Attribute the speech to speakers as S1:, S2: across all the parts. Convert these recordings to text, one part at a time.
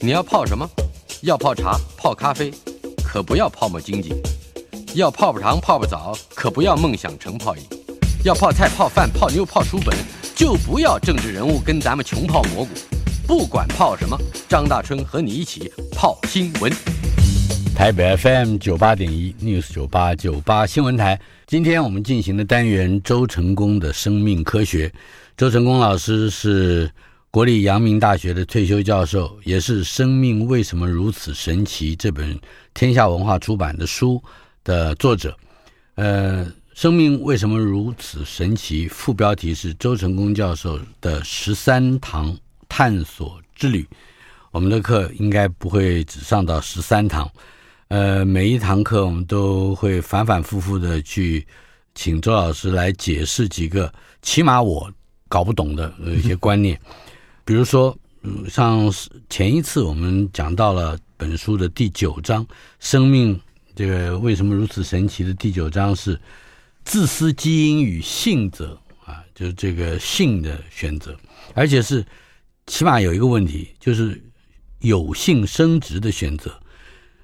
S1: 你要泡什么？要泡茶、泡咖啡，可不要泡沫经济；要泡泡糖、泡泡澡，可不要梦想成泡影；要泡菜、泡饭、泡妞、泡书本，就不要政治人物跟咱们穷泡蘑菇。不管泡什么，张大春和你一起泡新闻。
S2: 台北 FM 九八点一 News 九八九八新闻台，今天我们进行的单元周成功的生命科学。周成功老师是国立阳明大学的退休教授，也是《生命为什么如此神奇》这本天下文化出版的书的作者。呃，《生命为什么如此神奇》副标题是周成功教授的十三堂探索之旅。我们的课应该不会只上到十三堂，呃，每一堂课我们都会反反复复的去请周老师来解释几个起码我搞不懂的呃一些观念，比如说，嗯像是前一次我们讲到了本书的第九章《生命这个为什么如此神奇》的第九章是自私基因与性择啊，就是这个性的选择，而且是起码有一个问题，就是有性生殖的选择。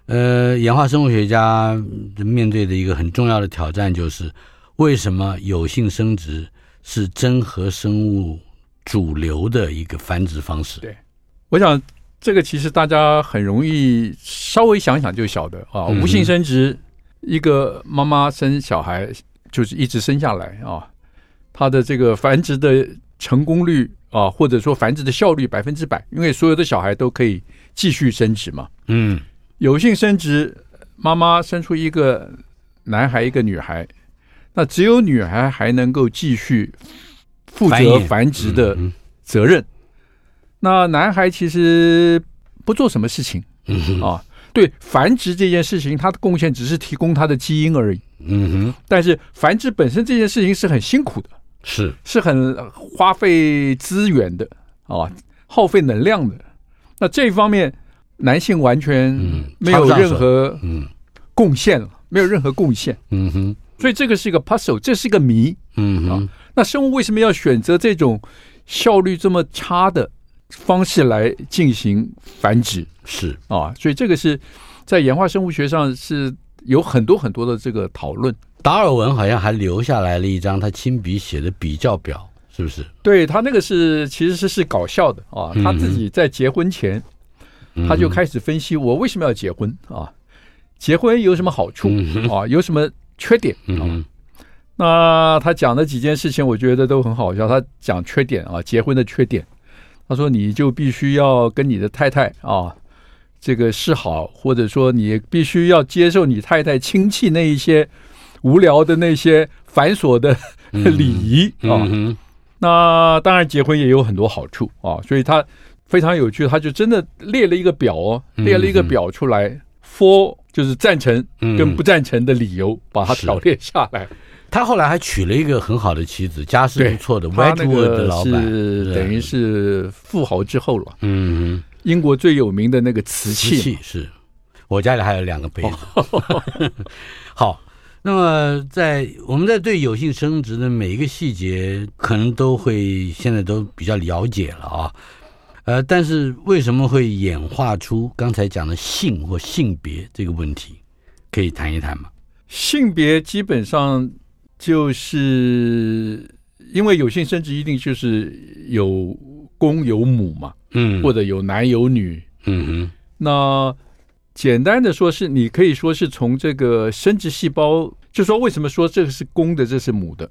S2: 呃，演化生物学家嗯面对的一个很重要的挑战就是，为什么有性生殖是真核生物主流的一个繁殖方式？
S3: 对我想这个其实大家很容易稍微想想就晓得啊，
S2: 嗯哼
S3: 无性生殖，一个妈妈生小孩就是一直生下来啊，它的这个繁殖的成功率啊，或者说繁殖的效率百分之百，因为所有的小孩都可以继续生殖嘛。
S2: 嗯
S3: 有性生殖，妈妈生出一个男孩一个女孩，那只有女孩还能够继续负
S2: 繁
S3: 责
S2: 衍
S3: 繁殖的
S2: 嗯
S3: 责任。那男孩其实不做什么事情
S2: 嗯哼
S3: 啊，对繁殖这件事情，他的贡献只是提供他的基因而已。
S2: 嗯哼，
S3: 但是繁殖本身这件事情是很辛苦的，
S2: 是
S3: 是很花费资源的啊，耗费能量的。那这一方面，男性完全
S2: 嗯
S3: 没
S2: 插
S3: 有
S2: 不上
S3: 任
S2: 手
S3: 何
S2: 嗯
S3: 贡献了，没有任何贡献。
S2: 嗯哼
S3: 所以这个是一个 puzzle，这是一个谜。
S2: 嗯哼
S3: 那生物为什么要选择这种效率这么差的方式来进行繁殖
S2: 是
S3: 啊？所以这个是在演化生物学上是有很多很多的这个讨论。
S2: 达尔文好像还留下来了一张他亲笔写的比较表，是不是？
S3: 对他那个是其实是是搞笑的啊，
S2: 嗯
S3: 他自己在结婚前
S2: 嗯
S3: 他就开始分析我为什么要结婚啊，结婚有什么好处
S2: 嗯哼
S3: 啊，有什么缺点
S2: 嗯
S3: 啊？
S2: 哼
S3: 那他讲的几件事情，我觉得都很好笑。他讲缺点啊，结婚的缺点，他说你就必须要跟你的太太啊，这个示好，或者说你必须要接受你太太亲戚那一些无聊的那些繁琐的 礼仪啊。
S2: 嗯哼
S3: 那当然，结婚也有很多好处啊，所以他非常有趣，他就真的列了一个表哦，
S2: 嗯
S3: 列了一个表出来，for 就是赞成
S2: 嗯
S3: 跟不赞成的理由，把它
S2: 是
S3: 条列下来。
S2: 他后来还娶了一个很好的妻子，家世不错的
S3: 他那
S2: Wedgwood 的
S3: 个
S2: 老板，
S3: 是
S2: 对
S3: 等于是富豪之后了，
S2: 嗯哼，
S3: 英国最有名的那个瓷
S2: 瓷
S3: 器
S2: 器是，我家里还有两个杯子。哦 好，那么在我们在对有性生殖的每一个细节，可能都会现在都比较了解了啊。呃，但是为什么会演化出刚才讲的性或性别这个问题？可以谈一谈吗？
S3: 性别基本上就是因为有性生殖一定就是有公有母嘛，
S2: 嗯
S3: 或者有男有女。
S2: 嗯
S3: 那简单的说是，你可以说是从这个生殖细胞，就说为什么说这个是公的，这是母的。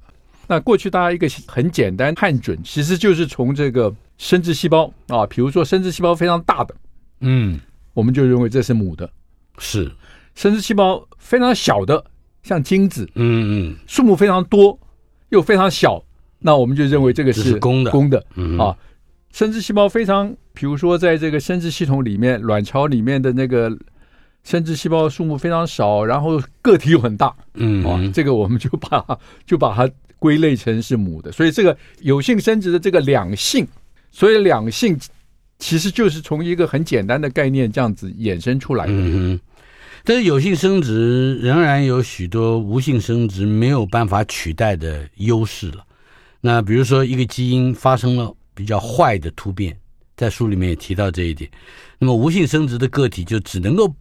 S3: 那过去大家一个很简单判准，其实就是从这个生殖细胞啊，比如说生殖细胞非常大的。
S2: 哼，嗯，
S3: 我们就认为这是母的。
S2: 是，
S3: 生殖细胞非常小的，像精子，
S2: 嗯嗯
S3: 数目非常多，又非常小，那我们就认为这个
S2: 这是
S3: 是
S2: 公的
S3: 公的
S2: 嗯
S3: 啊，。生殖细胞非常，比如说在这个生殖系统里面，卵巢里面的那个生殖细胞数目非常少，然后个体又很大
S2: 嗯
S3: 啊，
S2: 嗯
S3: 这个我们就把它 就把它归类成是母的。所以这个有性生殖的这个两性，所以两性其实就是从一个很简单的概念这样子衍生出来的。
S2: 嗯哼，但是有性生殖仍然有许多无性生殖没有办法取代的优势了。那比如说，一个基因发生了比较坏的突变，在书里面也提到这一点。那么无性生殖的个体就只能够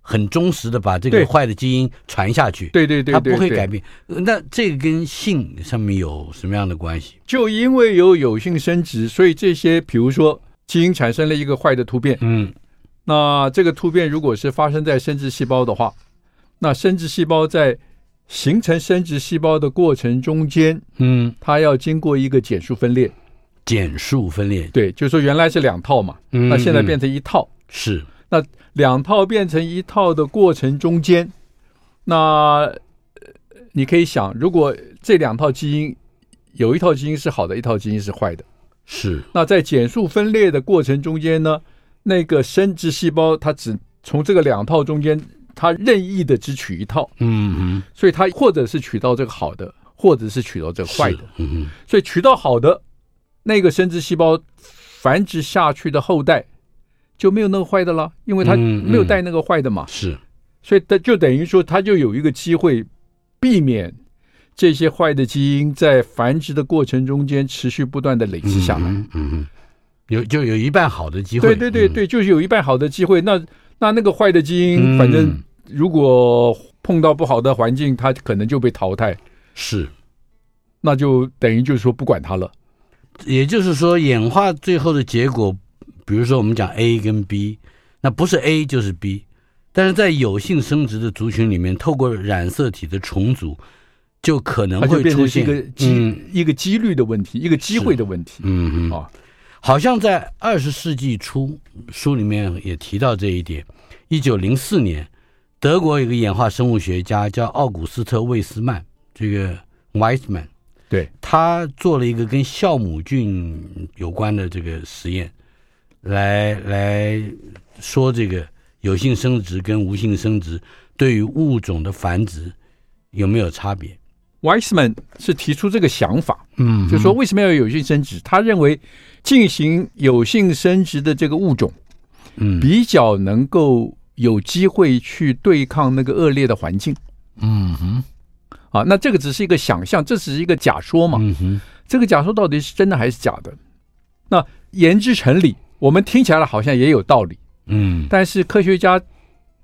S2: 很忠实的把这个
S3: 对
S2: 坏的基因传下去，
S3: 对对对，
S2: 它不会
S3: 对
S2: 改。变。呃那这个跟性上面有什么样的关系？
S3: 就因为有有性生殖，所以这些比如说基因产生了一个坏的突变，
S2: 嗯
S3: 那这个突变如果是发生在生殖细胞的话，那生殖细胞在形成生殖细胞的过程中间，
S2: 嗯，
S3: 它要经过一个减数分裂。
S2: 减数分裂，
S3: 对，就是说原来是两套嘛，
S2: 嗯
S3: 那现在
S2: 嗯
S3: 变成一套。
S2: 是
S3: 两套变成一套的过程中间，那呃你可以想，如果这两套基因有一套基因是好的，一套基因是坏的，
S2: 是，
S3: 那在减数分裂的过程中间呢，那个生殖细胞它只从这个两套中间，它任意的只取一套，
S2: 嗯嗯，
S3: 所以它或者是取到这个好的，或者是取到这个坏的
S2: 是，，嗯嗯，
S3: 所以取到好的那个生殖细胞繁殖下去的后代就没有那个坏的了，因为它
S2: 嗯嗯
S3: 没有带那个坏的嘛。
S2: 是
S3: 所以它就等于说，它就有一个机会避免这些坏的基因在繁殖的过程中间持续不断的累积下来。
S2: 嗯嗯嗯，有就有一半好的机会，
S3: 对对对
S2: 嗯，
S3: 对，就是有一半好的机会。那那那个坏的基因，
S2: 嗯
S3: 反正如果碰到不好的环境，它可能就被淘汰，
S2: 是。
S3: 那就等于就是说不管它了。
S2: 也就是说，演化最后的结果，比如说我们讲 A 跟 B，那不是 A 就是 B，但是在有性生殖的族群里面，透过染色体的重组，就可能
S3: 它就
S2: 会
S3: 变
S2: 出现
S3: 成是一个机、
S2: 嗯
S3: 一个几率的问题，一个机会的问题。
S2: 嗯嗯
S3: 啊，
S2: 好像在二十世纪初，书里面也提到这一点。一九零四年，德国有个演化生物学家叫奥古斯特·魏斯曼，这个 Weisman，
S3: 对，
S2: 他做了一个跟酵母菌有关的这个实验，来来说这个有性生殖跟无性生殖对于物种的繁殖有没有差别？
S3: Weisman 是提出这个想法，
S2: 嗯
S3: 就说为什么要有性生殖？他认为进行有性生殖的这个物种
S2: 嗯
S3: 比较能够有机会去对抗那个恶劣的环境
S2: 嗯哼
S3: 啊。那这个只是一个想象，这只是一个假说嘛。
S2: 嗯哼
S3: 这个假说到底是真的还是假的？那言之成理，我们听起来好像也有道理，
S2: 嗯
S3: 但是科学家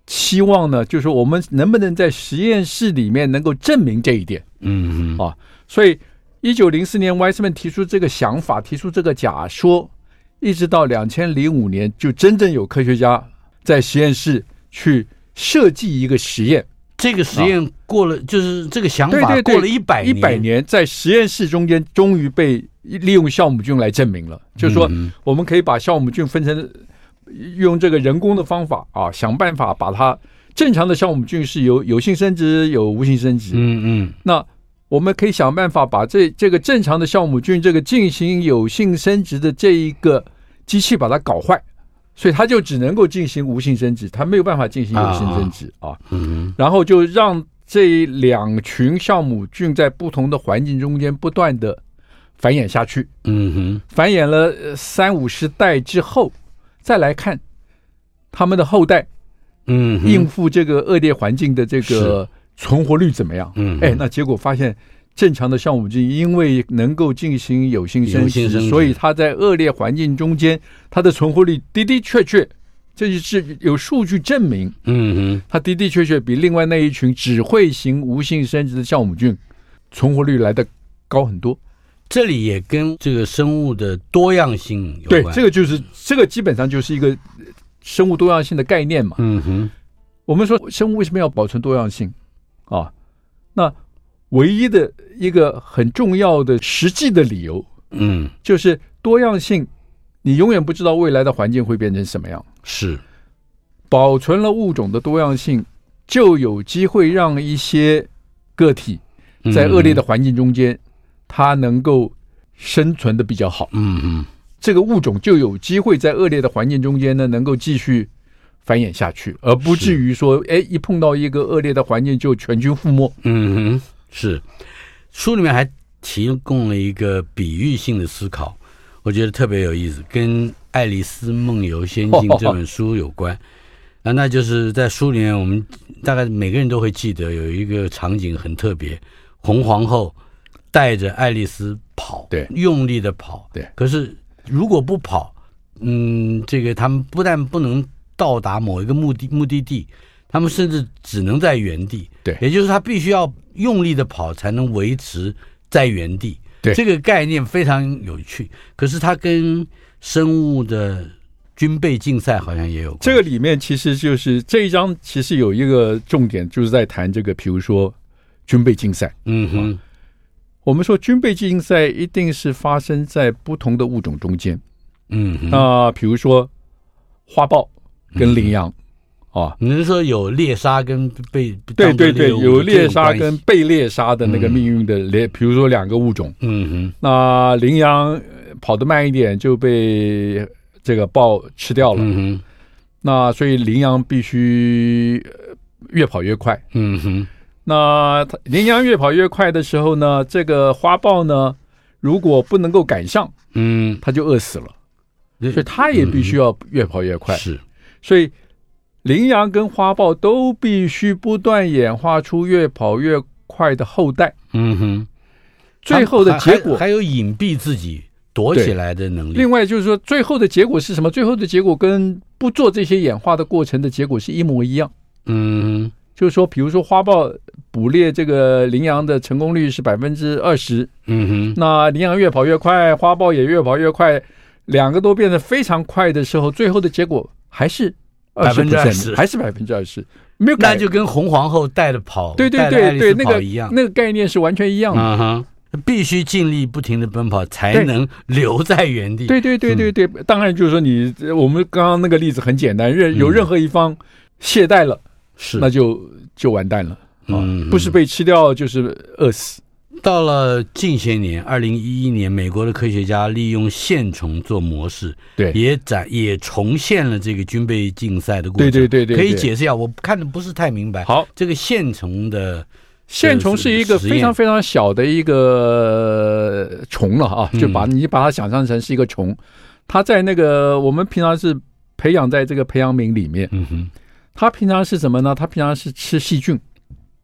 S3: 期望呢，就是我们能不能在实验室里面能够证明这一点。
S2: 嗯哼
S3: 啊所以，一九零四年 Weissman 提出这个想法，提出这个假说，一直到两千零五年，就真正有科学家在实验室去设计一个实验，
S2: 这个实验过了，就是这个想
S3: 对
S2: 法
S3: 对对
S2: 过了一百
S3: 一百年在实验室中间终于被利用酵母菌来证明了，就是说，
S2: 嗯
S3: 我们可以把酵母菌分成，呃用这个人工的方法啊，想办法把它正常的酵母菌是有有性生殖，有无性生殖，
S2: 嗯嗯
S3: 那我们可以想办法把这这个正常的酵母菌这个进行有性生殖的这一个机器把它搞坏，所以它就只能够进行无性生殖，它没有办法进行有性生殖啊
S2: 嗯
S3: 然后就让这两群酵母菌在不同的环境中间不断的繁衍下去，
S2: 嗯哼
S3: 繁衍了呃三五十代之后，再来看他们的后代
S2: 嗯哼
S3: 应付这个恶劣环境的这个存活率怎么样？
S2: 嗯
S3: 哎，那结果发现正常的酵母菌因为能够进行有性生
S2: 有性生
S3: 殖，
S2: 殖
S3: 所以它在恶劣环境中间，它的存活率的的确确，这是有数据证明，
S2: 嗯
S3: 它的的确确比另外那一群只会行无性生殖的酵母菌存活率来的高很多。
S2: 哼，这里也跟这个生物的多样性有
S3: 对，
S2: 关。
S3: 这
S2: 个
S3: 个就是这个基本上就是一个呃生物多样性的概念嘛。
S2: 嗯哼
S3: 我们说生物为什么要保存多样性啊？那唯一的一个很重要的实际的理由
S2: 嗯
S3: 就是多样性，你永远不知道未来的环境会变成什么样。
S2: 是
S3: 保存了物种的多样性，就有机会让一些个体在恶劣的环境中间，它能够生存的比较好。
S2: 嗯嗯
S3: 这个物种就有机会在恶劣的环境中间呢，能够继续繁衍下去，而不至于说，哎，一碰到一个恶劣的环境就全军覆没。
S2: 嗯哼是，书里面还提供了一个比喻性的思考，我觉得特别有意思，跟《爱丽丝梦游仙境》这本书有关。那那就是在书里面，我们大概每个人都会记得有一个场景很特别，红皇后带着爱丽丝跑，
S3: 对
S2: 用力的跑，
S3: 对
S2: 可是如果不跑，嗯，这个他们不但不能到达某一个目的目的地，他们甚至只能在原地。
S3: 对
S2: 也就是他必须要用力的跑才能维持在原地。
S3: 对
S2: 这个概念非常有趣，可是它跟生物的军备竞赛好像也有关。
S3: 这个里面其实就是这一章，其实有一个重点，就是在谈这个，比如说军备竞赛。
S2: 嗯哼，
S3: 我们说军备竞赛一定是发生在不同的物种中间。
S2: 嗯哼，
S3: 那、比如说花豹跟羚羊、啊，
S2: 你是说有猎杀跟被
S3: 对
S2: 当作
S3: 对对，
S2: 物
S3: 有
S2: 的这
S3: 猎
S2: 种
S3: 杀
S2: 关系
S3: 跟被猎杀的那个命运的连，比如说两个物种，
S2: 嗯哼
S3: 那羚羊呃跑得慢一点就被这个豹吃掉了，
S2: 嗯哼
S3: 那所以羚羊必须呃越跑越快。
S2: 嗯哼
S3: 那它羚羊越跑越快的时候呢，这个花豹呢，如果不能够赶上，
S2: 嗯，
S3: 它就饿死了，
S2: 所
S3: 所以它也必须要越跑越快。
S2: 是
S3: 所以羚羊跟花豹都必须不断演化出越跑越快的后代，
S2: 嗯哼，
S3: 最后的结果
S2: 还还还有隐蔽自己躲起来的能力。
S3: 另外就是说，最后的结果是什么？最后的结果跟不做这些演化的过程的结果是一模一样。
S2: 嗯
S3: 就是说，比如说花豹捕猎这个羚羊的成功率是百分之二十，
S2: 哼嗯哼
S3: 那羚羊越跑越快，花豹也越跑越快，两个都变得非常快的时候，最后的结果还是
S2: 20%
S3: 还是百分之二十，没有
S2: 那
S3: 改
S2: 就跟红皇后带着跑，
S3: 对对
S2: 带着爱
S3: 对
S2: 丽
S3: 对，
S2: 丝
S3: 那
S2: 跑
S3: 个
S2: 一样。
S3: 那个概念是完全一样的。
S2: 嗯哼，必须尽力不停的奔跑，才
S3: 对
S2: 能留在原地。
S3: 对对对对对，当然就是说你，我们刚刚那个例子很简单，任有任何一方懈怠了，
S2: 嗯是
S3: 那就就完蛋了。啊
S2: 嗯，
S3: 不是被吃掉就是饿死。
S2: 到了近些年，二零一一年，美国的科学家利用线虫做模式，
S3: 对
S2: 也展也重现了这个军备竞赛的过程。
S3: 对对对对对
S2: 可以解释一下，我看的不是太明白。，
S3: 好，
S2: 这个线虫的，
S3: 线虫是一个
S2: 实
S3: 非常
S2: 验
S3: 非常小的一个呃虫了啊，
S2: 嗯
S3: 就把你把它想象成是一个虫，它在那个我们平常是培养在这个培养皿里面，
S2: 嗯哼，
S3: 它平常是什么呢？它平常是吃细菌，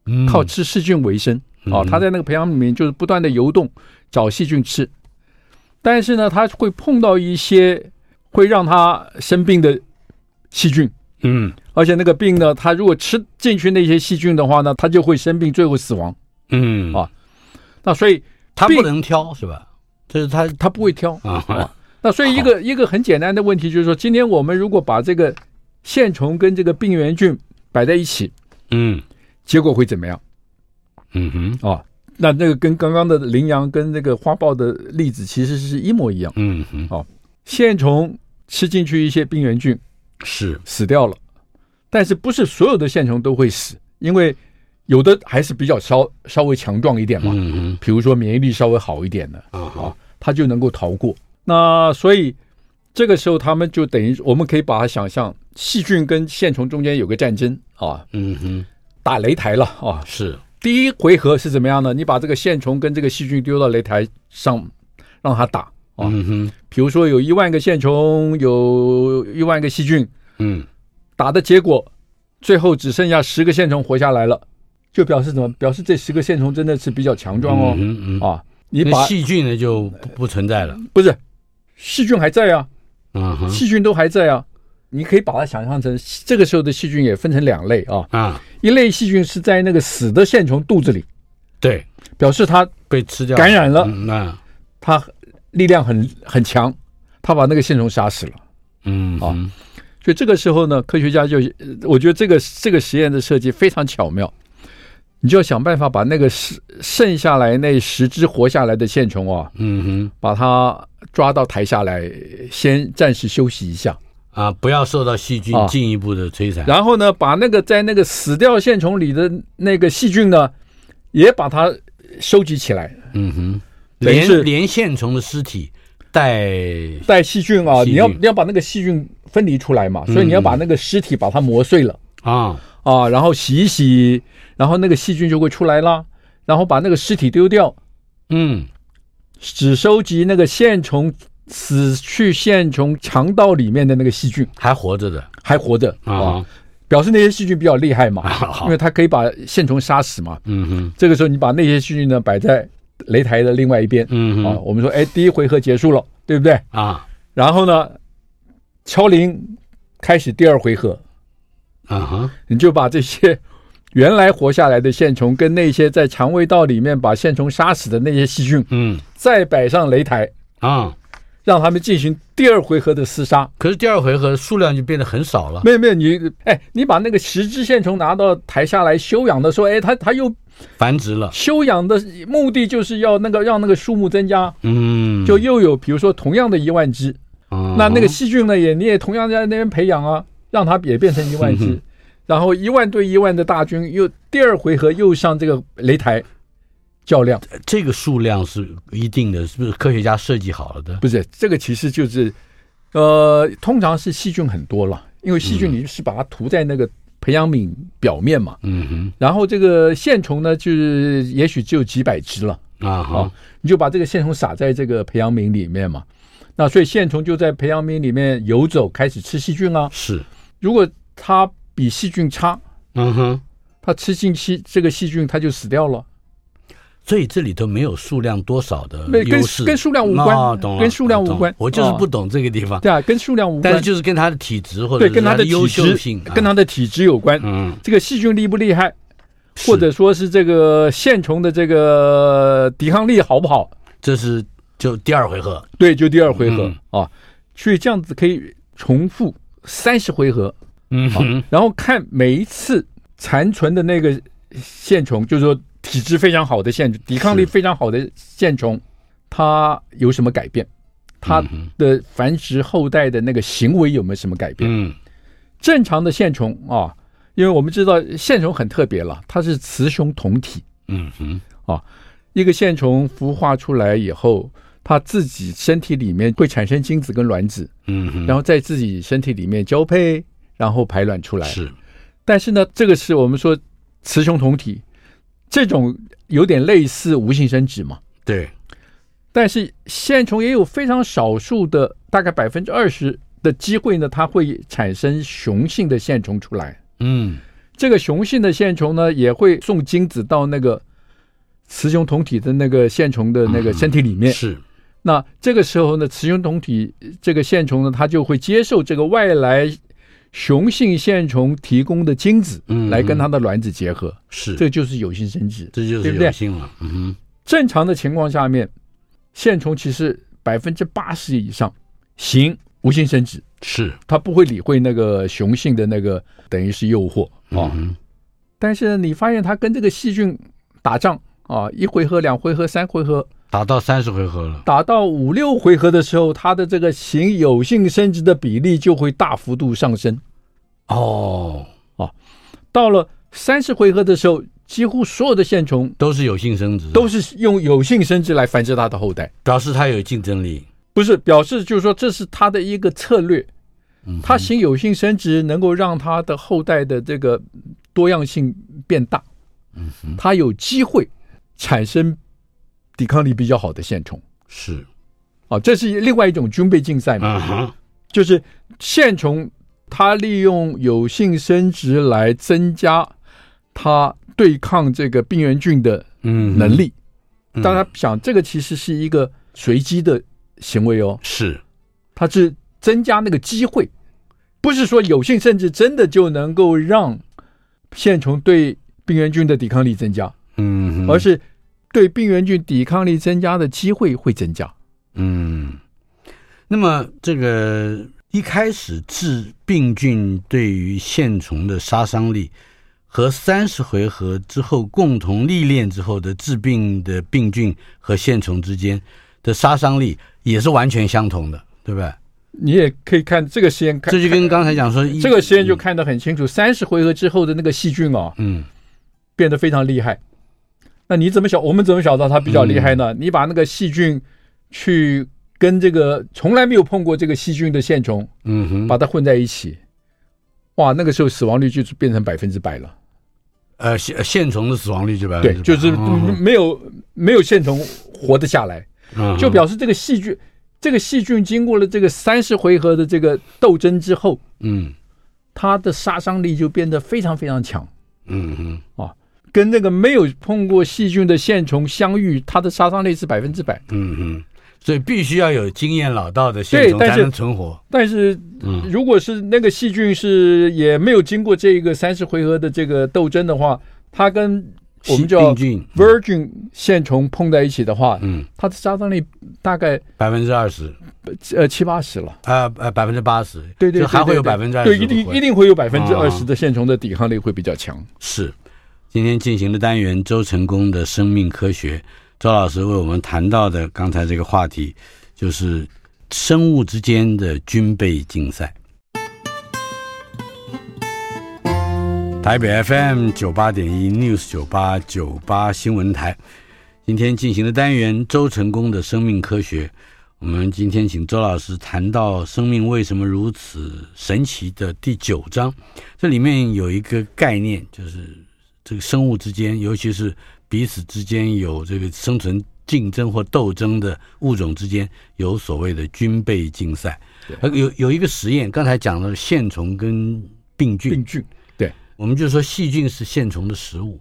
S2: 嗯
S3: 靠吃细菌为生。哦，它在那个培养皿里面就是不断的游动，找细菌吃。但是呢，它会碰到一些会让它生病的细菌，
S2: 嗯
S3: 而且那个病呢，它如果吃进去那些细菌的话呢，它就会生病，最后死亡。
S2: 嗯
S3: 啊那所以
S2: 它
S3: 病
S2: 不能挑是吧？这是它
S3: 它不会挑。
S2: 啊，
S3: 那所以一个一个很简单的问题就是说，今天我们如果把这个线虫跟这个病原菌摆在一起，
S2: 嗯
S3: 结果会怎么样
S2: 嗯哼，
S3: 啊、哦？那那个跟刚刚的羚羊跟那个花豹的例子其实是一模一样。
S2: 嗯哼，
S3: 线虫吃进去一些病原菌
S2: 是，
S3: 死掉了，但是不是所有的线虫都会死，因为有的还是比较稍稍微强壮一点嘛，
S2: 嗯
S3: 比如说免疫力稍微好一点的，
S2: 哼，啊好，
S3: 它就能够逃过。那所以这个时候他们就等于我们可以把它想象，细菌跟线虫中间有个战争啊，
S2: 嗯哼，
S3: 打擂台了啊。
S2: 是，
S3: 第一回合是怎么样呢？你把这个线虫跟这个细菌丢到擂台上，让它打啊。
S2: 嗯哼，
S3: 比如说有一万个线虫，有一万个细菌，
S2: 嗯
S3: 打的结果，最后只剩下十个线虫活下来了，就表示什么？表示这十个线虫真的是比较强壮哦
S2: 嗯。哼嗯，
S3: 啊，你
S2: 那
S3: 把
S2: 细菌呢就不不存在了，
S3: 不是细菌还在啊，
S2: 嗯哼。
S3: 细菌都还在啊。你可以把它想象成这个时候的细菌也分成两类啊，
S2: 啊，
S3: 一类细菌是在那个死的线虫肚子里，
S2: 对，
S3: 表示它
S2: 被吃掉
S3: 感染了
S2: 嗯那
S3: 它力量很很强，它把那个线虫杀死了。
S2: 嗯
S3: 啊
S2: 嗯
S3: 所以这个时候呢，科学家就，呃我觉得这个这个实验的设计非常巧妙，你就要想办法把那个剩剩下来那十只活下来的线虫啊，
S2: 嗯哼
S3: 把它抓到台下来，先暂时休息一下，
S2: 啊，不要受到细菌
S3: 啊
S2: 进一步的摧残。
S3: 然后呢，把那个在那个死掉线虫里的那个细菌呢，也把它收集起来，
S2: 嗯哼，
S3: 等于
S2: 连
S3: 是
S2: 连线虫的尸体带
S3: 带细菌啊，
S2: 细菌嗯
S3: 你要你要把那个细菌分离出来嘛，所以你要把那个尸体把它磨碎了。
S2: 啊，
S3: 啊，然后洗一洗，然后那个细菌就会出来啦，然后把那个尸体丢掉，
S2: 嗯
S3: 只收集那个线虫死去线虫肠道里面的那个细菌
S2: 还活着的
S3: 还活着
S2: 啊
S3: 啊，，表示那些细菌比较厉害嘛，
S2: 好
S3: 因为它可以把线虫杀死嘛。
S2: 嗯哼
S3: 这个时候你把那些细菌呢摆在擂台的另外一边
S2: 嗯
S3: 啊，
S2: 哼
S3: 我们说哎，第一回合结束了，对不对？
S2: 啊
S3: 然后呢，敲铃开始第二回合，
S2: 啊哈，
S3: 你就把这些原来活下来的线虫跟那些在肠胃道里面把线虫杀死的那些细菌
S2: 嗯
S3: 再摆上擂台，
S2: 啊。
S3: 让他们进行第二回合的厮杀。
S2: 可是第二回合数量就变得很少了。
S3: 没有没有，你哎，你把那个十只线虫拿到台下来休养的时候，哎，它它又
S2: 繁殖了，
S3: 休养的目的就是要那个让那个数目增加，
S2: 嗯，
S3: 就又有比如说同样的一万只，
S2: 嗯
S3: 那那个细菌呢也你也同样在那边培养啊，让它也变成一万只，然后一万对一万的大军又第二回合又上这个擂台较量，
S2: 这个数量是一定的，是不是科学家设计好了的？
S3: 不是这个其实就是，呃，通常是细菌很多了，因为细菌你是把它涂在那个培养皿表面嘛，
S2: 嗯
S3: 然后这个线虫呢就是也许只有几百只了。
S2: 哼，啊
S3: 啊
S2: 哈，，
S3: 你就把这个线虫撒在这个培养皿里面嘛。那所以线虫就在培养皿里面游走，开始吃细菌啊。
S2: 是，
S3: 如果它比细菌差，
S2: 嗯哼，
S3: 它吃进细这个细菌，它就死掉了。
S2: 所以这里头没有数量多少的
S3: 没
S2: 优
S3: 跟
S2: 势，
S3: 跟数量无关
S2: 哦懂了
S3: 跟数量无
S2: 懂了
S3: 关
S2: 我就是
S3: 哦
S2: 不懂这个地方，
S3: 对啊，跟数量无
S2: 但是
S3: 关，
S2: 就是跟他的体质或者
S3: 对，
S2: 是
S3: 跟它
S2: 的
S3: 的
S2: 优
S3: 体
S2: 秀
S3: 质
S2: 性，、
S3: 跟它的体质有关
S2: 啊。嗯，
S3: 这个细菌厉不厉害，
S2: 是
S3: 或者说是这个线虫的这个抵抗力好不好？
S2: 这是就第二回合，
S3: 对，就第二回合
S2: 嗯
S3: 啊，去这样子可以重复三十回合，
S2: 嗯哼，
S3: 然后看每一次残存的那个线虫，就是说体质非常好的线，抵抗力
S2: 是
S3: 非常好的线虫，它有什么改变？它的繁殖后代的那个行为有没有什么改变？
S2: 嗯
S3: 正常的线虫啊，因为我们知道线虫很特别了，它是雌雄同体，
S2: 嗯哼，
S3: 一个线虫孵化出来以后。它自己身体里面会产生精子跟卵子，
S2: 嗯哼，
S3: 然后在自己身体里面交配，然后排卵出来。
S2: 是，
S3: 但是呢，这个是我们说雌雄同体，这种有点类似无性生殖嘛。
S2: 对，
S3: 但是线虫也有非常少数的，大概百分之二十的机会呢，它会产生雄性的线虫出来。
S2: 嗯
S3: 这个雄性的线虫呢，也会送精子到那个雌雄同体的那个线虫的那个身体里面。
S2: 嗯是，
S3: 那这个时候呢，雌雄同体这个线虫呢，它就会接受这个外来雄性线虫提供的精子
S2: 嗯，
S3: 来跟它的卵子结合。
S2: 是，
S3: 这就是有性生殖。
S2: 这就是
S3: 对不对
S2: 有性了，嗯哼，
S3: 正常的情况下面，线虫其实百分之八十以上行无性生殖，
S2: 是，
S3: 它不会理会那个雄性的那个等于是诱惑啊。
S2: 嗯
S3: 但是你发现它跟这个细菌打仗啊，一回合、两回合、三回合，
S2: 哼，打到三十回合了，
S3: 打到五六回合的时候，它的这个行有性生殖的比例就会大幅度上升。
S2: 哦，
S3: 到了三十回合的时候，几乎所有的线虫
S2: 都是有性生殖，
S3: 都是用有性生殖来繁殖它的后代。
S2: 表示他有竞争力，
S3: 不是表示，就是说这是他的一个策略。
S2: 嗯
S3: 他行有性生殖，能够让他的后代的这个多样性变大。
S2: 嗯
S3: 他有机会产生抵抗力比较好的线虫
S2: 是，
S3: 啊，这是另外一种军备竞赛嘛，
S2: 嗯哼，
S3: 就是线虫它利用有性生殖来增加它对抗这个病原菌的
S2: 嗯哼，
S3: 能力。
S2: 嗯
S3: 大家想，这个其实是一个随机的行为哦。
S2: 是，
S3: 它是增加那个机会，不是说有性生殖真的就能够让线虫对病原菌的抵抗力增加，
S2: 嗯哼，
S3: 而是对病原菌抵抗力增加的机会会增加。
S2: 嗯，那么这个一开始致病菌对于线虫的杀伤力，和三十回合之后共同历练之后的致病的病菌和线虫之间的杀伤力也是完全相同的，对不对？
S3: 你也可以看这个实验，看
S2: 这就跟刚才讲说一，
S3: 这个实验就看得很清楚，三十回合之后的那个细菌啊，
S2: 嗯
S3: 变得非常厉害。那你怎么晓？我们怎么晓得它比较厉害
S2: 嗯
S3: 呢？你把那个细菌去跟这个从来没有碰过这个细菌的线虫，
S2: 嗯哼，
S3: 把它混在一起，哇，那个时候死亡率就是变成百分之百了。
S2: 呃线线虫的死亡率就百分之，
S3: 对
S2: 百
S3: 就是
S2: 嗯
S3: 没有没有线虫活得下来，
S2: 嗯
S3: 就表示这个细菌，这个细菌经过了这个三十回合的这个斗争之后，
S2: 嗯
S3: 它的杀伤力就变得非常非常强。
S2: 嗯哼
S3: 跟那个没有碰过细菌的线虫相遇，它的杀伤力是百分之百。
S2: 嗯哼，所以必须要有经验老道的线
S3: 对
S2: 虫
S3: 但
S2: 才
S3: 是
S2: 能存活。
S3: 但是
S2: 嗯，
S3: 如果是那个细菌是也没有经过这个三十回合的这个斗争的话，它跟我们叫
S2: 细病菌，
S3: virgin 线虫碰在一起的话，
S2: 嗯，
S3: 它的杀伤力大概
S2: 百分之二十，
S3: 呃七八十了。
S2: 呃呃，百分之八十，
S3: 对对，
S2: 就还
S3: 对
S2: 会有
S3: 对
S2: 百分之二十，
S3: 对，一定一定会有百分之二
S2: 啊
S3: 十的线虫的抵抗力会比较强。
S2: 是，今天进行的单元周成功的生命科学，周老师为我们谈到的刚才这个话题，就是生物之间的军备竞赛。台北 FM 九八点一 News 九八九八新闻台，今天进行的单元周成功的生命科学。我们今天请周老师谈到生命为什么如此神奇的第九章，这里面有一个概念，就是这个生物之间，尤其是彼此之间有这个生存竞争或斗争的物种之间，有所谓的军备竞赛。呃，有有一个实验，刚才讲了线虫跟病菌，
S3: 病菌
S2: 我们就说细菌是线虫的食物，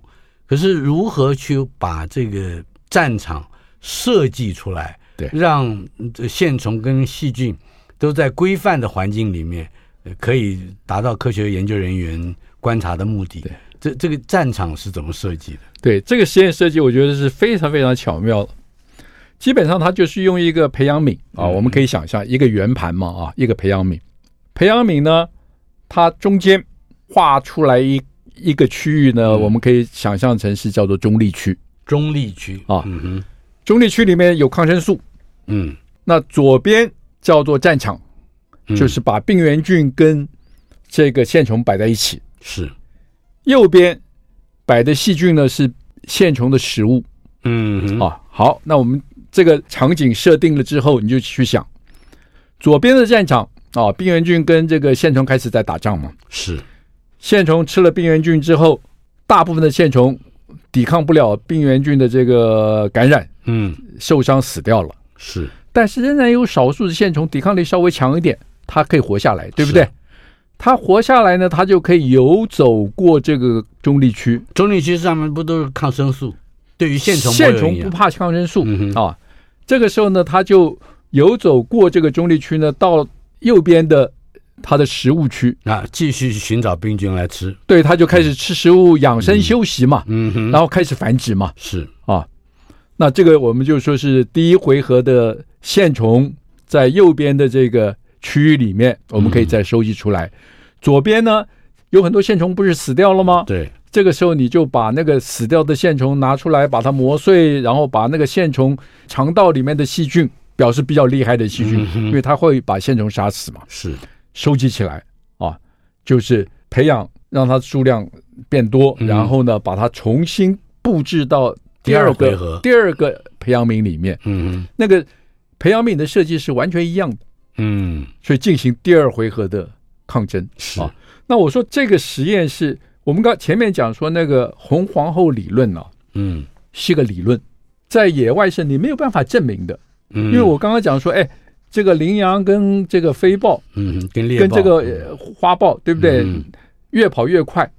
S2: 可是如何去把这个战场设计出来，
S3: 对
S2: 让这线虫跟细菌都在规范的环境里面，呃可以达到科学研究人员观察的目的
S3: 对。
S2: 这这个战场是怎么设计的？
S3: 对这个实验设计，我觉得是非常非常巧妙的。基本上它就是用一个培养皿啊，
S2: 嗯
S3: 我们可以想象一个圆盘嘛啊，一个培养皿。培养皿呢，它中间画出来一一个区域呢，
S2: 嗯
S3: 我们可以想象成是叫做中立区。
S2: 中立区
S3: 啊
S2: 嗯哼，
S3: 中立区里面有抗生素，
S2: 嗯，
S3: 那左边叫做战场，
S2: 嗯
S3: 就是把病原菌跟这个线虫摆在一起。
S2: 是，
S3: 右边摆的细菌呢是线虫的食物
S2: 嗯哼，
S3: 啊。好，那我们这个场景设定了之后，你就去想，左边的战场啊，病原菌跟这个线虫开始在打仗嘛。
S2: 是，
S3: 线虫吃了病原菌之后，大部分的线虫抵抗不了病原菌的这个感染，
S2: 嗯
S3: 受伤死掉了。
S2: 是，
S3: 但是仍然有少数的线虫抵抗力稍微强一点，它可以活下来，对不对
S2: 是？
S3: 它活下来呢，它就可以游走过这个中立区，
S2: 中立区上面不都是抗生素？对于线虫
S3: 线
S2: 有
S3: 虫
S2: 影响
S3: 不怕抗生素、
S2: 嗯哼
S3: 啊。这个时候呢，它就游走过这个中立区呢，到右边的它的食物区，
S2: 啊，继续寻找病菌来吃。
S3: 对，它就开始吃食物、养生、休息嘛，
S2: 嗯哼，
S3: 然后开始繁殖嘛
S2: 是，
S3: 啊。那这个我们就说是第一回合的线虫在右边的这个区域里面，我们可
S2: 嗯
S3: 以再收集出来。左边呢有很多线虫不是死掉了吗？
S2: 对，
S3: 这个时候你就把那个死掉的线虫拿出来，把它磨碎，然后把那个线虫肠道里面的细菌，表示比较厉害的细菌
S2: 嗯，哼
S3: 因为它会把线虫杀死嘛，
S2: 是，
S3: 收集起来啊，就是培养，让它数量变多，
S2: 嗯
S3: 然后呢，把它重新布置到第二
S2: 第二回
S3: 个
S2: 合
S3: 第二个培养皿里面。
S2: 嗯
S3: 那个培养皿的设计是完全一样的，
S2: 嗯，
S3: 所以进行第二回合的抗争。
S2: 是，
S3: 啊那我说这个实验是我们刚前面讲说那个红皇后理论呢、
S2: 嗯
S3: 是个理论，在野外是你没有办法证明的，
S2: 嗯，
S3: 因为我刚刚讲说，哎，这个羚羊跟这个飞豹
S2: 嗯跟猎
S3: 跟
S2: 豹
S3: 这个呃花豹，对不对？
S2: 嗯
S3: 越跑越快，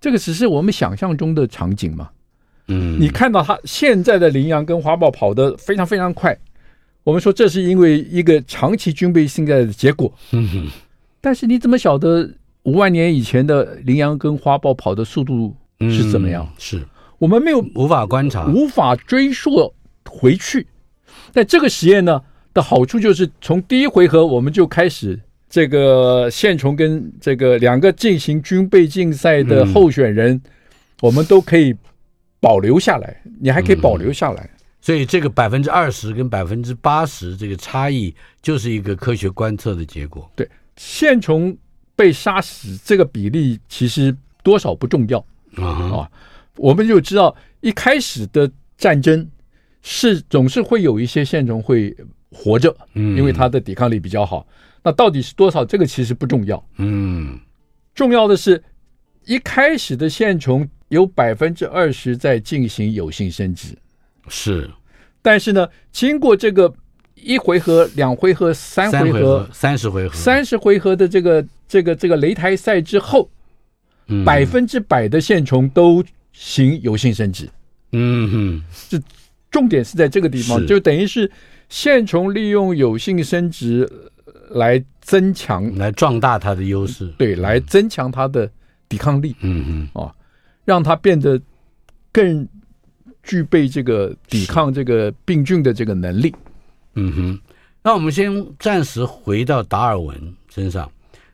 S3: 这个只是我们想象中的场景嘛。
S2: 嗯，
S3: 你看到它现在的羚羊跟花豹跑得非常非常快，我们说这是因为一个长期军备竞赛的结果。
S2: 嗯哼
S3: 但是你怎么晓得五万年以前的羚羊跟花豹跑的速度是怎么样？
S2: 嗯是
S3: 我们没有
S2: 无法观察，
S3: 无法追溯回去。但这个实验呢的好处就是，从第一回合我们就开始这个线虫跟这个两个进行军备竞赛的候选人，我们都可以保留下来，你还可以保留下来。
S2: 所以这个百分之二十跟百分之八十这个差异，就是一个科学观测的结果。
S3: 线虫被杀死这个比例其实多少不重要，
S2: 啊
S3: 啊我们就知道一开始的战争是总是会有一些线虫会活着，
S2: 嗯
S3: 因为它的抵抗力比较好。那到底是多少？这个其实不重要，
S2: 嗯
S3: 重要的是，一开始的线虫有百分之二十在进行有性生殖，
S2: 是
S3: 但是呢，经过这个一回合、两回合、三
S2: 三
S3: 回合
S2: 合、三十回合
S3: 三十回合的这个这个这个擂台赛之后，
S2: 嗯
S3: 百分之百的线虫都行有性生殖。
S2: 嗯哼
S3: 重点是在这个地方，
S2: 是
S3: 就等于是现从利用有性生殖来增强，
S2: 来壮大它的优势。
S3: 对，来增强它的抵抗力，啊
S2: 嗯
S3: 让它变得更具备这个抵抗这个病菌的这个能力。
S2: 哼，嗯哼。那我们先暂时回到达尔文身上，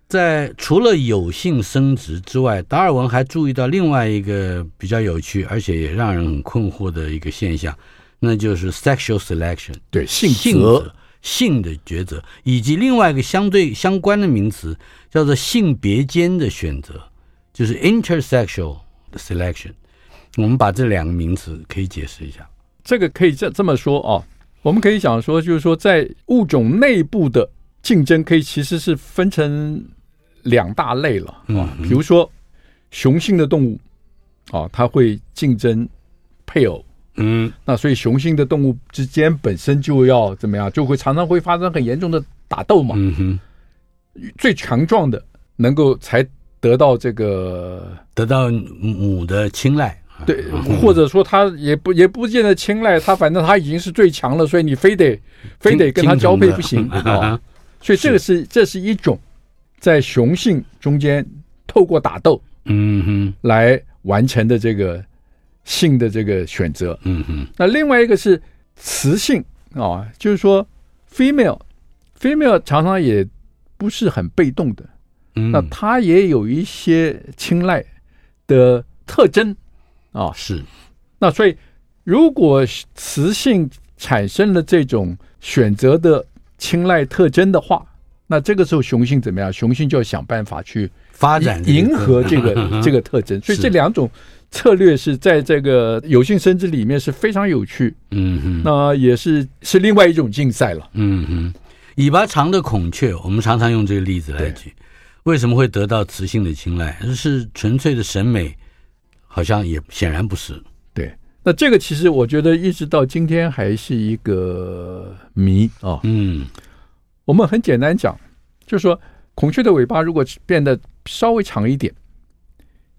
S2: 在除了有性生殖之外，达尔文还注意到另外一个比较有趣，而且也让人很困惑的一个现象，那就是 sexual selection。
S3: 对，性
S2: 性
S3: 择
S2: 择、性的抉择，以及另外一个相对相关的名词叫做性别间的选择，就是 intersexual selection。我们把这两个名词可以解释一下。
S3: 这个可以这这么说啊，我们可以讲说，就是说在物种内部的竞争可以其实是分成两大类了。
S2: 嗯
S3: 比如说雄性的动物啊，它会竞争配偶，
S2: 嗯
S3: 那所以雄性的动物之间本身就要怎么样，就会常常会发生很严重的打斗嘛。
S2: 嗯哼，
S3: 最强壮的能够才得到这个
S2: 得到母的青睐。
S3: 对，
S2: 嗯
S3: 或者说他也不也不见得青睐他，反正他已经是最强了，所以你非得非得跟他交配不 行
S2: 精
S3: 啊、
S2: 虫的
S3: 所以这个是这是一种在雄性中间透过打斗
S2: 嗯哼，
S3: 来完成的这个性的这个选择。
S2: 嗯哼，
S3: 那另外一个是雌性啊、就是说 female，female 常常也不是很被动的，
S2: 嗯，
S3: 那它也有一些青睐的特征啊、
S2: 是
S3: 那所以，如果雌性产生了这种选择的青睐特征的话，那这个时候雄性怎么样？雄性就要想办法去
S2: 发展这个
S3: 迎合 这
S2: 嗯
S3: 个
S2: 哼
S3: 这个特征。所以
S2: 是
S3: 这两种策略是在这个有性生殖里面是非常有趣，
S2: 嗯哼，
S3: 那也是是另外一种竞赛了。
S2: 嗯哼，尾巴长的孔雀，我们常常用这个例子来
S3: 对
S2: 举，为什么会得到雌性的青睐？是纯粹的审美，好像也显然不是。
S3: 对，那这个其实我觉得一直到今天还是一个谜啊、
S2: 嗯
S3: 我们很简单讲，就是说孔雀的尾巴如果变得稍微长一点，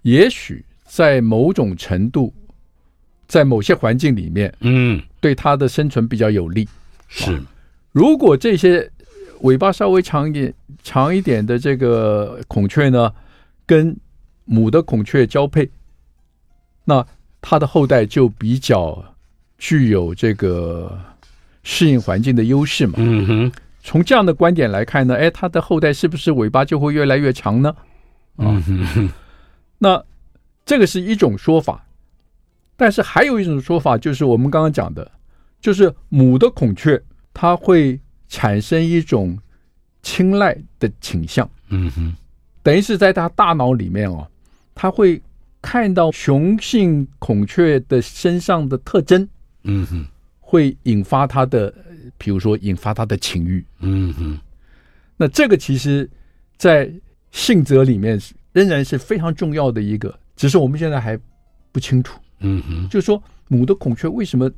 S3: 也许在某种程度，在某些环境里面
S2: 嗯，
S3: 对它的生存比较有利。
S2: 是
S3: 如果这些尾巴稍微长一点、长一点的这个孔雀呢，跟母的孔雀交配，那它的后代就比较具有这个适应环境的优势嘛。
S2: 嗯哼
S3: 从这样的观点来看呢，哎，它的后代是不是尾巴就会越来越长呢？
S2: 嗯哼
S3: 那这个是一种说法，但是还有一种说法就是我们刚刚讲的，就是母的孔雀它会产生一种青睐的倾向，
S2: 嗯哼
S3: 等于是在它大脑里面哦，它会看到雄性孔雀的身上的特征，
S2: 嗯哼
S3: 会引发它的，呃比如说引发它的情欲。
S2: 嗯哼
S3: 那这个其实，在性择里面是仍然是非常重要的一个，只是我们现在还不清楚，
S2: 嗯哼
S3: 就是说母的孔雀为什么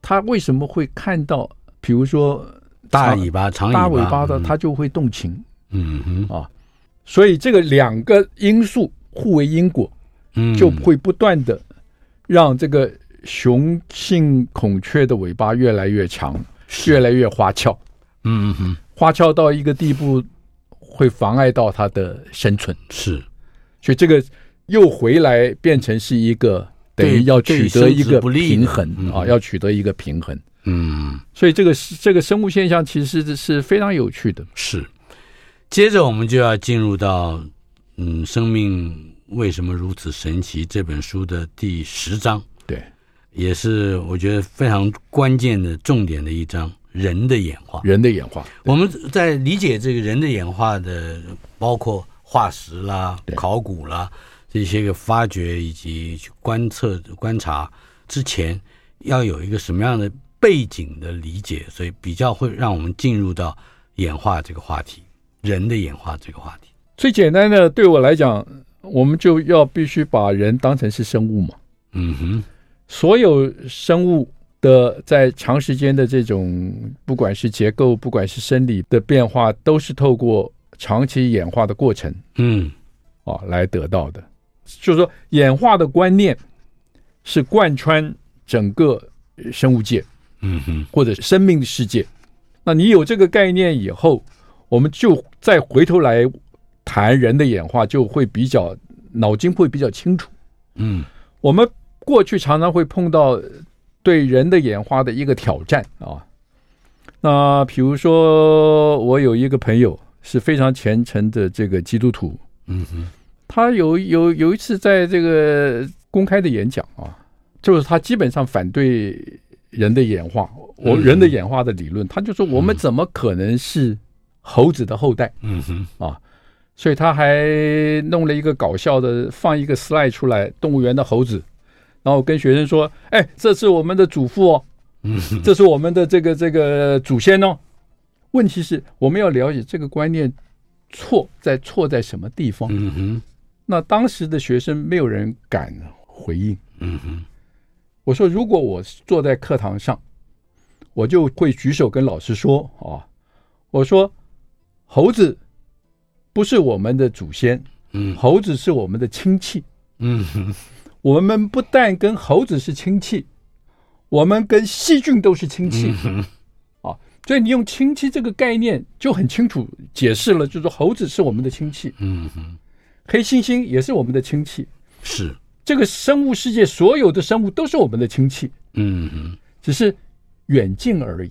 S3: 它为什么会看到，比如说
S2: 大
S3: 长
S2: 尾巴长
S3: 大尾巴的，
S2: 嗯
S3: 它就会动情，
S2: 嗯哼
S3: 所以这个两个因素互为因果，
S2: 嗯
S3: 就会不断的让这个雄性孔雀的尾巴越来越长，越来越花俏，
S2: 嗯哼
S3: 花俏到一个地步，会妨碍到它的生存。
S2: 是
S3: 所以这个又回来变成是一个等
S2: 对
S3: 于要取得
S2: 对
S3: 一
S2: 生殖
S3: 个
S2: 不利的
S3: 平衡
S2: 嗯
S3: 啊，要取得一个平衡。
S2: 嗯
S3: 所以这个是这个生物现象其实是是非常有趣的。
S2: 是。接着我们就要进入到嗯，生命为什么如此神奇这本书的第十章。
S3: 对，
S2: 也是我觉得非常关键的重点的一章，人的演化。
S3: 人的演化，
S2: 我们在理解这个人的演化的，包括化石啦、
S3: 对
S2: 考古啦这些个发掘以及去观测、观察之前，要有一个什么样的背景的理解，所以比较会让我们进入到演化这个话题，人的演化这个话题。
S3: 最简单的对我来讲，我们就要必须把人当成是生物嘛。
S2: 嗯哼，
S3: 所有生物的在长时间的这种，不管是结构，不管是生理的变化，都是透过长期演化的过程。
S2: 嗯
S3: 啊来得到的。就是说，演化的观念是贯穿整个呃生物界，
S2: 嗯哼，
S3: 或者生命的世界。那你有这个概念以后，我们就再回头来谈人的演化，就会比较脑筋会比较清楚。
S2: 嗯
S3: 我们过去常常会碰到对人的演化的一个挑战啊。那比如说，我有一个朋友是非常虔诚的这个基督徒，
S2: 嗯哼，
S3: 他有有有一次在这个公开的演讲啊，就是他基本上反对人的演化，我
S2: 嗯
S3: 人的演化的理论，他就说我们怎么可能是猴子的后代？
S2: 嗯哼，
S3: 啊，所以他还弄了一个搞笑的，放一个 slide 出来，动物园的猴子，然后跟学生说：“哎，这是我们的祖父哦，
S2: 嗯哼，
S3: 这是我们的这个这个祖先哦。”问题是，我们要了解这个观念错在错在什么地方。
S2: 嗯哼，
S3: 那当时的学生没有人敢回应。
S2: 嗯哼，
S3: 我说，如果我坐在课堂上，我就会举手跟老师说啊，我说猴子不是我们的祖先，
S2: 嗯
S3: 猴子是我们的亲戚。
S2: 嗯哼，
S3: 我们不但跟猴子是亲戚，我们跟细菌都是亲
S2: 嗯
S3: 戚、啊。所以你用亲戚这个概念就很清楚解释了，就是说猴子是我们的亲戚，
S2: 嗯哼，
S3: 黑猩猩也是我们的亲戚，
S2: 是，
S3: 这个生物世界所有的生物都是我们的亲戚，
S2: 嗯哼。
S3: 只是远近而已。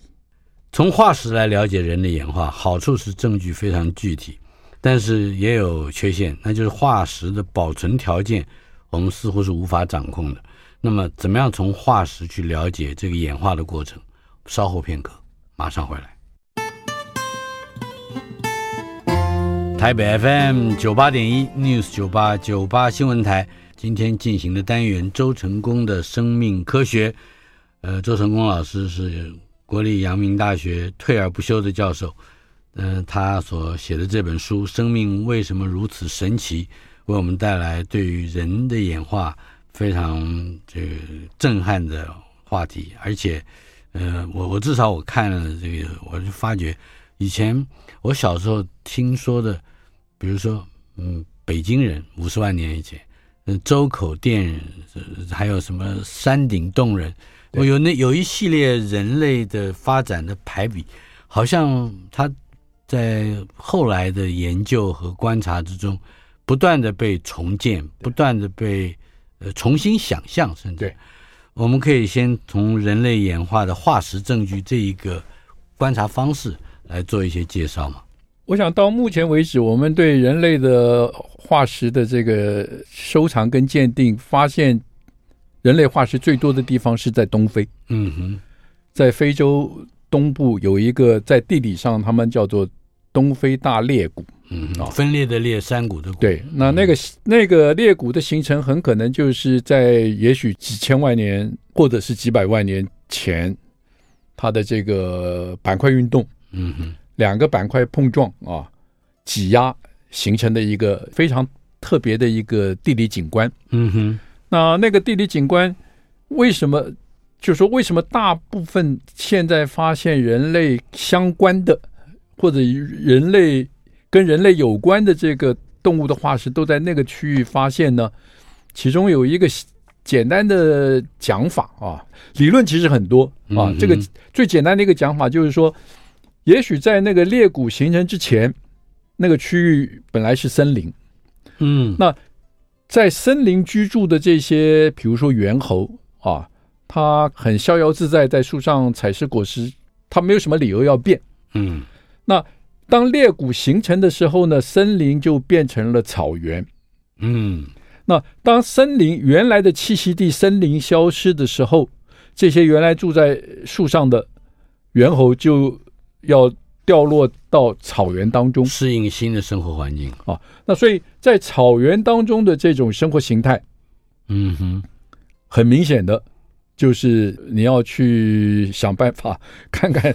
S2: 从化石来了解人的演化，好处是证据非常具体，但是也有缺陷，那就是化石的保存条件，我们似乎是无法掌控的。那么，怎么样从化石去了解这个演化的过程？稍后片刻，马上回来。台北 FM 九八点一 News 九八九八新闻台今天进行的单元周成功的生命科学，呃，周成功老师是国立阳明大学退而不休的教授。嗯、他所写的这本书《生命为什么如此神奇》，为我们带来对于人的演化非常这个震撼的话题。而且，呃，我我至少我看了这个，我就发觉以前我小时候听说的，比如说，嗯，北京人五十万年以前，嗯，周口店人，呃还有什么山顶洞人，我哦有那有一系列人类的发展的排比，好像他在后来的研究和观察之中，不断的被重建，不断的被呃重新想象，甚至
S3: 对
S2: 我们可以先从人类演化的化石证据这一个观察方式来做一些介绍嘛。
S3: 我想到目前为止，我们对人类的化石的这个收藏跟鉴定，发现人类化石最多的地方是在东非。
S2: 嗯哼，
S3: 在非洲东部有一个在地理上他们叫做东非大裂谷。
S2: 嗯
S3: 哦
S2: 哼，分裂的裂，山谷的谷，
S3: 对，那那个、那个裂谷的形成，很可能就是在也许几千万年或者是几百万年前，它的这个板块运动，
S2: 嗯哼，
S3: 两个板块碰撞啊，挤压形成的一个非常特别的一个地理景观。
S2: 嗯哼，
S3: 那那个地理景观为什么？就说为什么大部分现在发现人类相关的或者与人类跟人类有关的这个动物的化石都在那个区域发现呢？其中有一个简单的讲法啊，理论其实很多啊。
S2: 嗯
S3: 这个
S2: 嗯
S3: 最简单的一个讲法就是说，也许在那个裂谷形成之前，那个区域本来是森林，
S2: 嗯，
S3: 在森林居住的这些，比如说猿猴啊，它很逍遥自在，在树上采食果实，它没有什么理由要变。
S2: 嗯
S3: 当裂谷形成的时候呢，森林就变成了草原。
S2: 嗯
S3: 那当森林原来的栖息地森林消失的时候，这些原来住在树上的猿猴就要掉落到草原当中。
S2: 适应新的生活环境，
S3: 那所以在草原当中的这种生活形态，
S2: 嗯哼。
S3: 很明显的，就是你要去想办法看看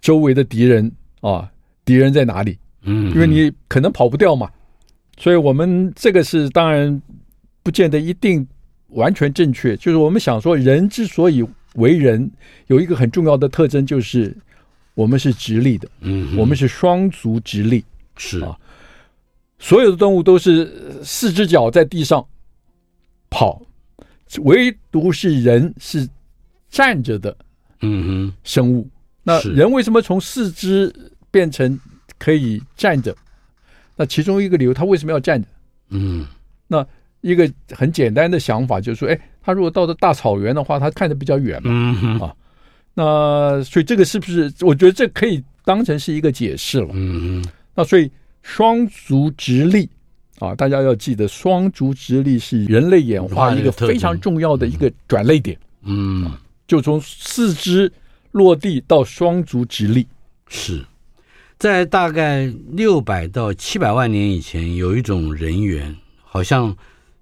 S3: 周围的敌人啊，敌人在哪里，
S2: 嗯，
S3: 因为你可能跑不掉嘛。所以我们这个是当然不见得一定完全正确，就是我们想说，人之所以为人，有一个很重要的特征就是我们是直立的，
S2: 嗯哼
S3: 我们是双足直立。
S2: 是
S3: 啊所有的动物都是呃四只脚在地上跑，唯独是人是站着的，
S2: 嗯
S3: 生物。那
S2: 是
S3: 人为什么从四肢变成可以站着？那其中一个理由，他为什么要站着？
S2: 哼，嗯
S3: 一个很简单的想法就是说，哎，他如果到了大草原的话，他看得比较远嘛。
S2: 嗯哼，
S3: 那所以这个是不是？我觉得这可以当成是一个解释了。
S2: 嗯哼，
S3: 那所以双足直立啊，大家要记得，双足直立是人类演化一个非常重要的一个转类点，
S2: 嗯
S3: 就从四肢落地到双足直立。
S2: 是。在大概六百到七百万年以前，有一种人猿，好像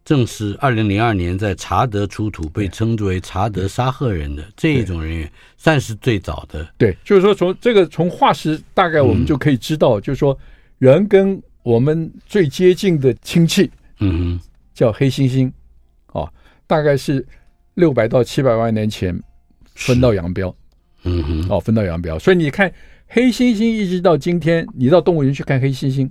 S2: 正是二零零二年在查德出土，被称之为查德沙赫人的这一种人猿，算是最早的。
S3: 对，就是说从这个从化石大概我们就可以知道，就是说人跟我们最接近的亲戚
S2: 嗯哼，
S3: 叫黑猩猩，啊，大概是六百到七百万年前分道扬镳。
S2: 嗯哼，
S3: 哦，分道扬镳。所以你看，黑猩猩一直到今天，你到动物园去看黑猩猩，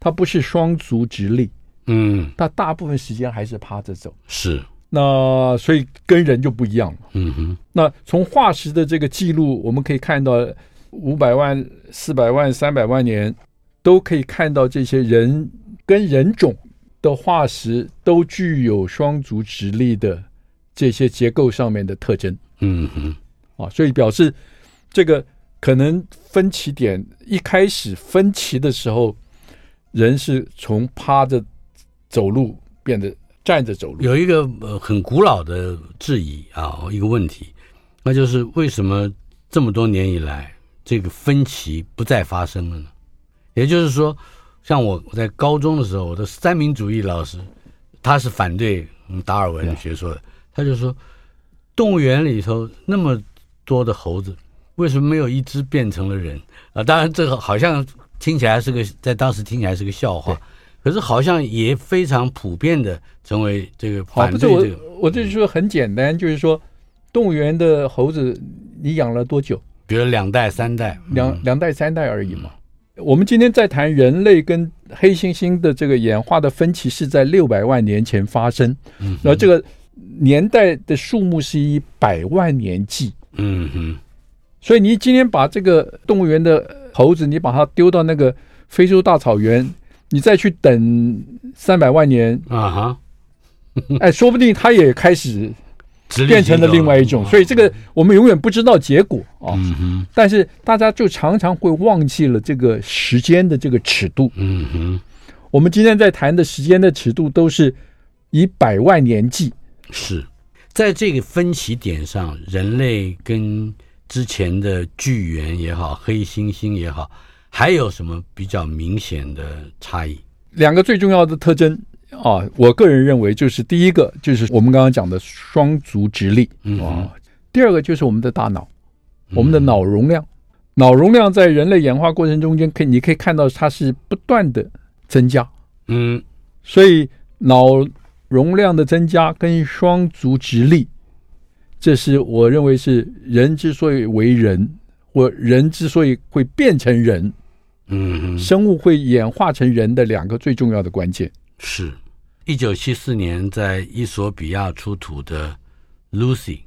S3: 它不是双足直立，
S2: 嗯，
S3: 它大部分时间还是趴着走。
S2: 是，
S3: 那所以跟人就不一样了。
S2: 嗯哼，
S3: 那从化石的这个记录，我们可以看到五百万、四百万、三百万年，都可以看到这些人跟人种的化石都具有双足直立的这些结构上面的特征。
S2: 嗯哼，
S3: 啊，所以表示这个可能分歧点一开始分歧的时候，人是从趴着走路变得站着走路。
S2: 有一个呃很古老的质疑啊，一个问题，那就是为什么这么多年以来这个分歧不再发生了呢？也就是说，像我我在高中的时候，我的三民主义老师他是反对嗯达尔文学说的，他就说动物园里头那么多的猴子，为什么没有一只变成了人啊？当然，这个好像听起来是个在当时听起来是个笑话。可是好像也非常普遍的成为这个
S3: 好，
S2: 反
S3: 哦不
S2: 对这
S3: 是我
S2: 个，嗯
S3: 我这就说很简单，就是说动物园的猴子你养了多久？
S2: 比如两代三代，
S3: 两两代三代而已嘛。
S2: 嗯
S3: 我们今天在谈人类跟黑猩猩的这个演化的分歧是在六百万年前发生，
S2: 嗯
S3: 然后这个年代的数目是以百万年计，
S2: 嗯哼，
S3: 所以你今天把这个动物园的猴子，你把它丢到那个非洲大草原，你再去等三百万年，
S2: 啊哈，
S3: 哎，说不定它也开始
S2: 直立
S3: 变成了
S2: 行走
S3: 另外一种。所以这个我们永远不知道结果啊。
S2: 嗯哼，
S3: 但是大家就常常会忘记了这个时间的这个尺度。
S2: 嗯哼，
S3: 我们今天在谈的时间的尺度都是以百万年计，
S2: 是在这个分歧点上，人类跟之前的巨猿也好，黑猩猩也好，还有什么比较明显的差异？
S3: 两个最重要的特征啊，我个人认为就是第一个就是我们刚刚讲的双足直立
S2: 嗯哼
S3: 啊，第二个就是我们的大脑，我们的脑容量，脑容量在人类演化过程中间可以你可以看到它是不断的增加，
S2: 嗯
S3: 所以脑容量的增加跟双足直立，这是我认为是人之所以为人，或人之所以会变成人，
S2: 嗯哼，
S3: 生物会演化成人的两个最重要的关键。
S2: 是。一九七四年在伊索比亚出土的 Lucy，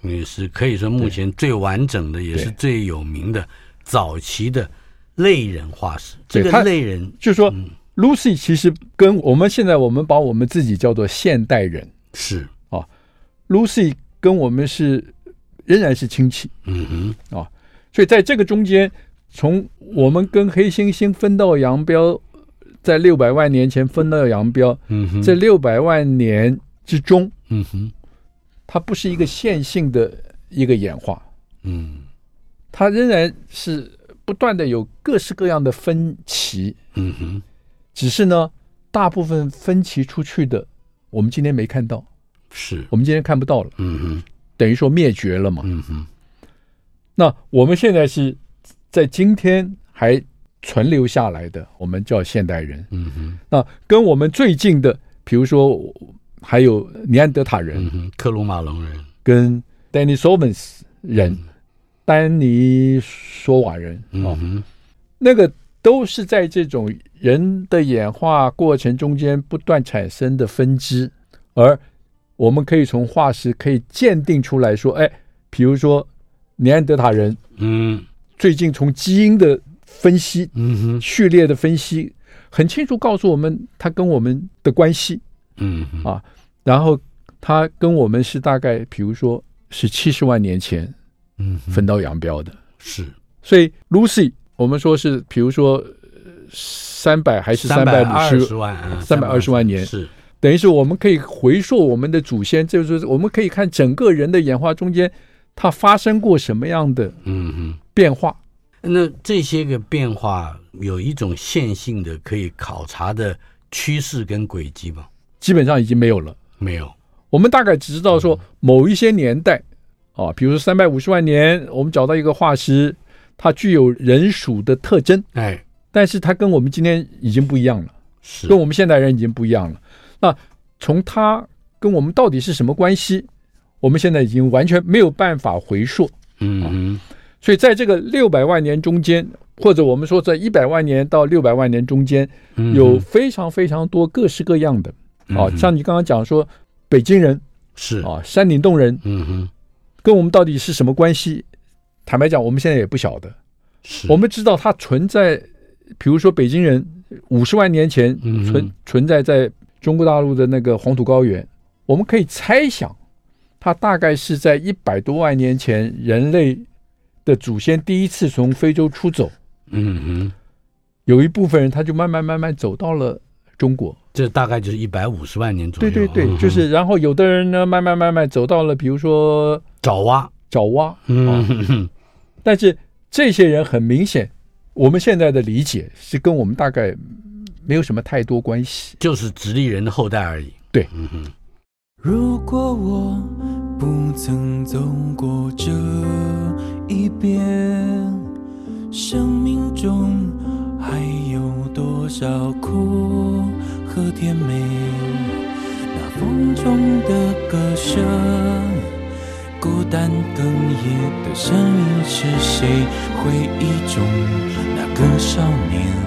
S2: 女士可以说目前最完整的，也是最有名的早期的类人化石。这
S3: 对
S2: 个
S3: 它
S2: 类人
S3: 就是说、l u c y 其实跟我们现在我们把我们自己叫做现代人
S2: 是，
S3: ，Lucy 跟我们是仍然是亲戚，
S2: 嗯哼，
S3: 所以在这个中间，从我们跟黑猩猩分道扬镳，在六百万年前分道扬镳，
S2: 嗯哼，
S3: 这六百万年之中，
S2: 嗯哼，
S3: 它不是一个线性的一个演化，
S2: 嗯
S3: 它仍然是不断的有各式各样的分歧，
S2: 嗯哼，
S3: 只是呢，大部分分歧出去的，我们今天没看到，
S2: 是，
S3: 我们今天看不到了，
S2: 嗯哼，
S3: 等于说灭绝了嘛。
S2: 嗯哼，
S3: 那我们现在是在今天还存留下来的，我们叫现代人。
S2: 嗯哼，
S3: 那跟我们最近的，比如说还有尼安德塔人，
S2: 嗯哼，克鲁马龙人，
S3: 跟 Danny s o m a n s 人、丹尼索瓦人
S2: 嗯
S3: 哦，
S2: 哼，
S3: 那个都是在这种人的演化过程中间不断产生的分支，而我们可以从化石可以鉴定出来说，哎，比如说尼安德塔人
S2: 嗯
S3: 最近从基因的分析、
S2: 嗯哼
S3: 序列的分析，很清楚告诉我们它跟我们的关系，
S2: 嗯哼
S3: 啊然后它跟我们是大概，比如说是七十万年前
S2: 嗯哼
S3: 分道扬镳的。
S2: 是
S3: 所以 Lucy，我们说是，比如说三百还是三百
S2: 二
S3: 五
S2: 十
S3: 十，
S2: 万啊，
S3: 320万年
S2: 是
S3: 等于是我们可以回溯我们的祖先，就是我们可以看整个人的演化中间，它发生过什么样的
S2: 嗯哼。
S3: 变化。
S2: 那这些个变化有一种线性的可以考察的趋势跟轨迹吗？
S3: 基本上已经没有了。
S2: 没有，
S3: 我们大概只知道说某一些年代啊，比如说三百五十万年，我们找到一个化石，它具有人属的特征，
S2: 哎，
S3: 但是它跟我们今天已经不一样了，
S2: 是
S3: 跟我们现代人已经不一样了。那从它跟我们到底是什么关系，我们现在已经完全没有办法回溯。
S2: 嗯哼
S3: 所以在这个六百万年中间，或者我们说在一百万年到六百万年中间，
S2: 嗯哼
S3: 有非常非常多各式各样的啊
S2: 嗯，
S3: 像你刚刚讲说北京人
S2: 是
S3: 啊、山顶洞人
S2: 嗯哼
S3: 跟我们到底是什么关系？坦白讲，我们现在也不晓得。
S2: 是
S3: 我们知道它存在，比如说北京人五十万年前
S2: 嗯哼
S3: 存、存在在中国大陆的那个黄土高原，我们可以猜想，它大概是在一百多万年前人类的祖先第一次从非洲出走，
S2: 嗯哼，
S3: 有一部分人他就慢慢慢慢走到了中国。
S2: 这大概就是一百五十万年左
S3: 对
S2: 右，
S3: 对对，
S2: 嗯哼
S3: 就是然后有的人呢慢慢慢慢走到了，比如说
S2: 爪哇，
S3: 爪哇，
S2: 嗯哼哼
S3: 但是这些人很明显，我们现在的理解是跟我们大概没有什么太多关系。
S2: 就是直立人的后代而已，
S3: 对
S2: 嗯哼，
S4: 如果我不曾走过这一边，生命中还有多少苦和甜美？那风中的歌声，孤单哽咽的声音是谁？回忆中那个少年。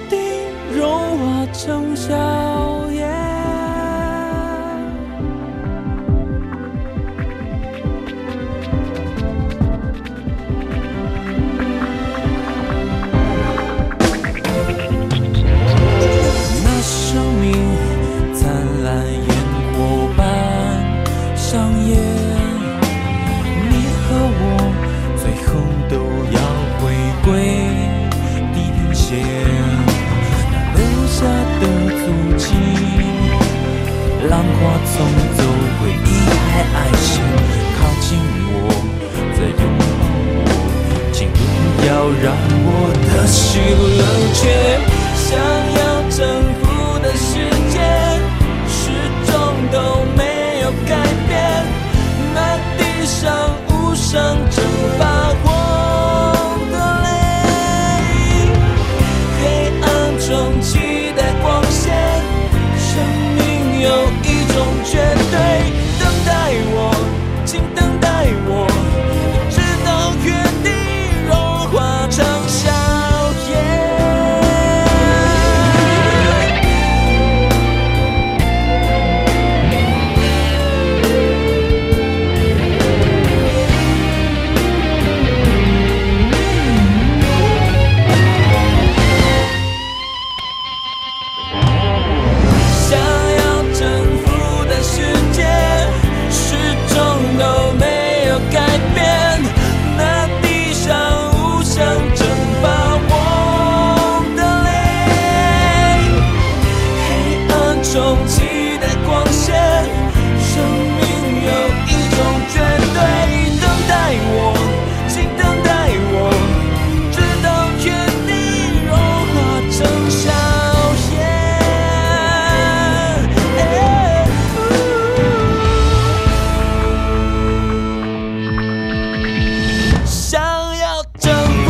S4: 定融化成笑颜。那生命灿烂烟火般上演，你和我最后都要回归地平线，那留下的足迹，浪花冲走回忆还爱神，靠近我，再拥抱我，请不要让我的心冷却，想要征服的世界，始终都没有改变，那地上无声蒸发过的泪。黑暗中期待光线，生命有一种绝对，等待我，请等待我，直到约定融化成笑颜。想要征服的世界，始终都没有改变。那地上无声蒸发我的泪，黑暗中期待光线，生命有一种绝对，等待我，请等待我，直到天地融化成笑颜。想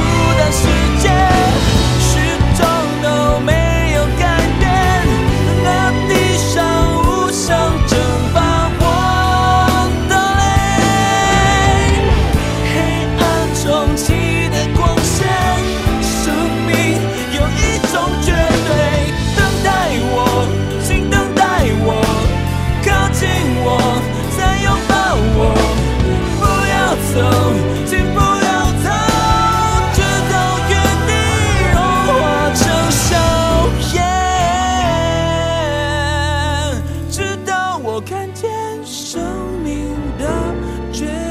S4: 进不了他，直到原地融化成硝烟，直到我看见生命的绝。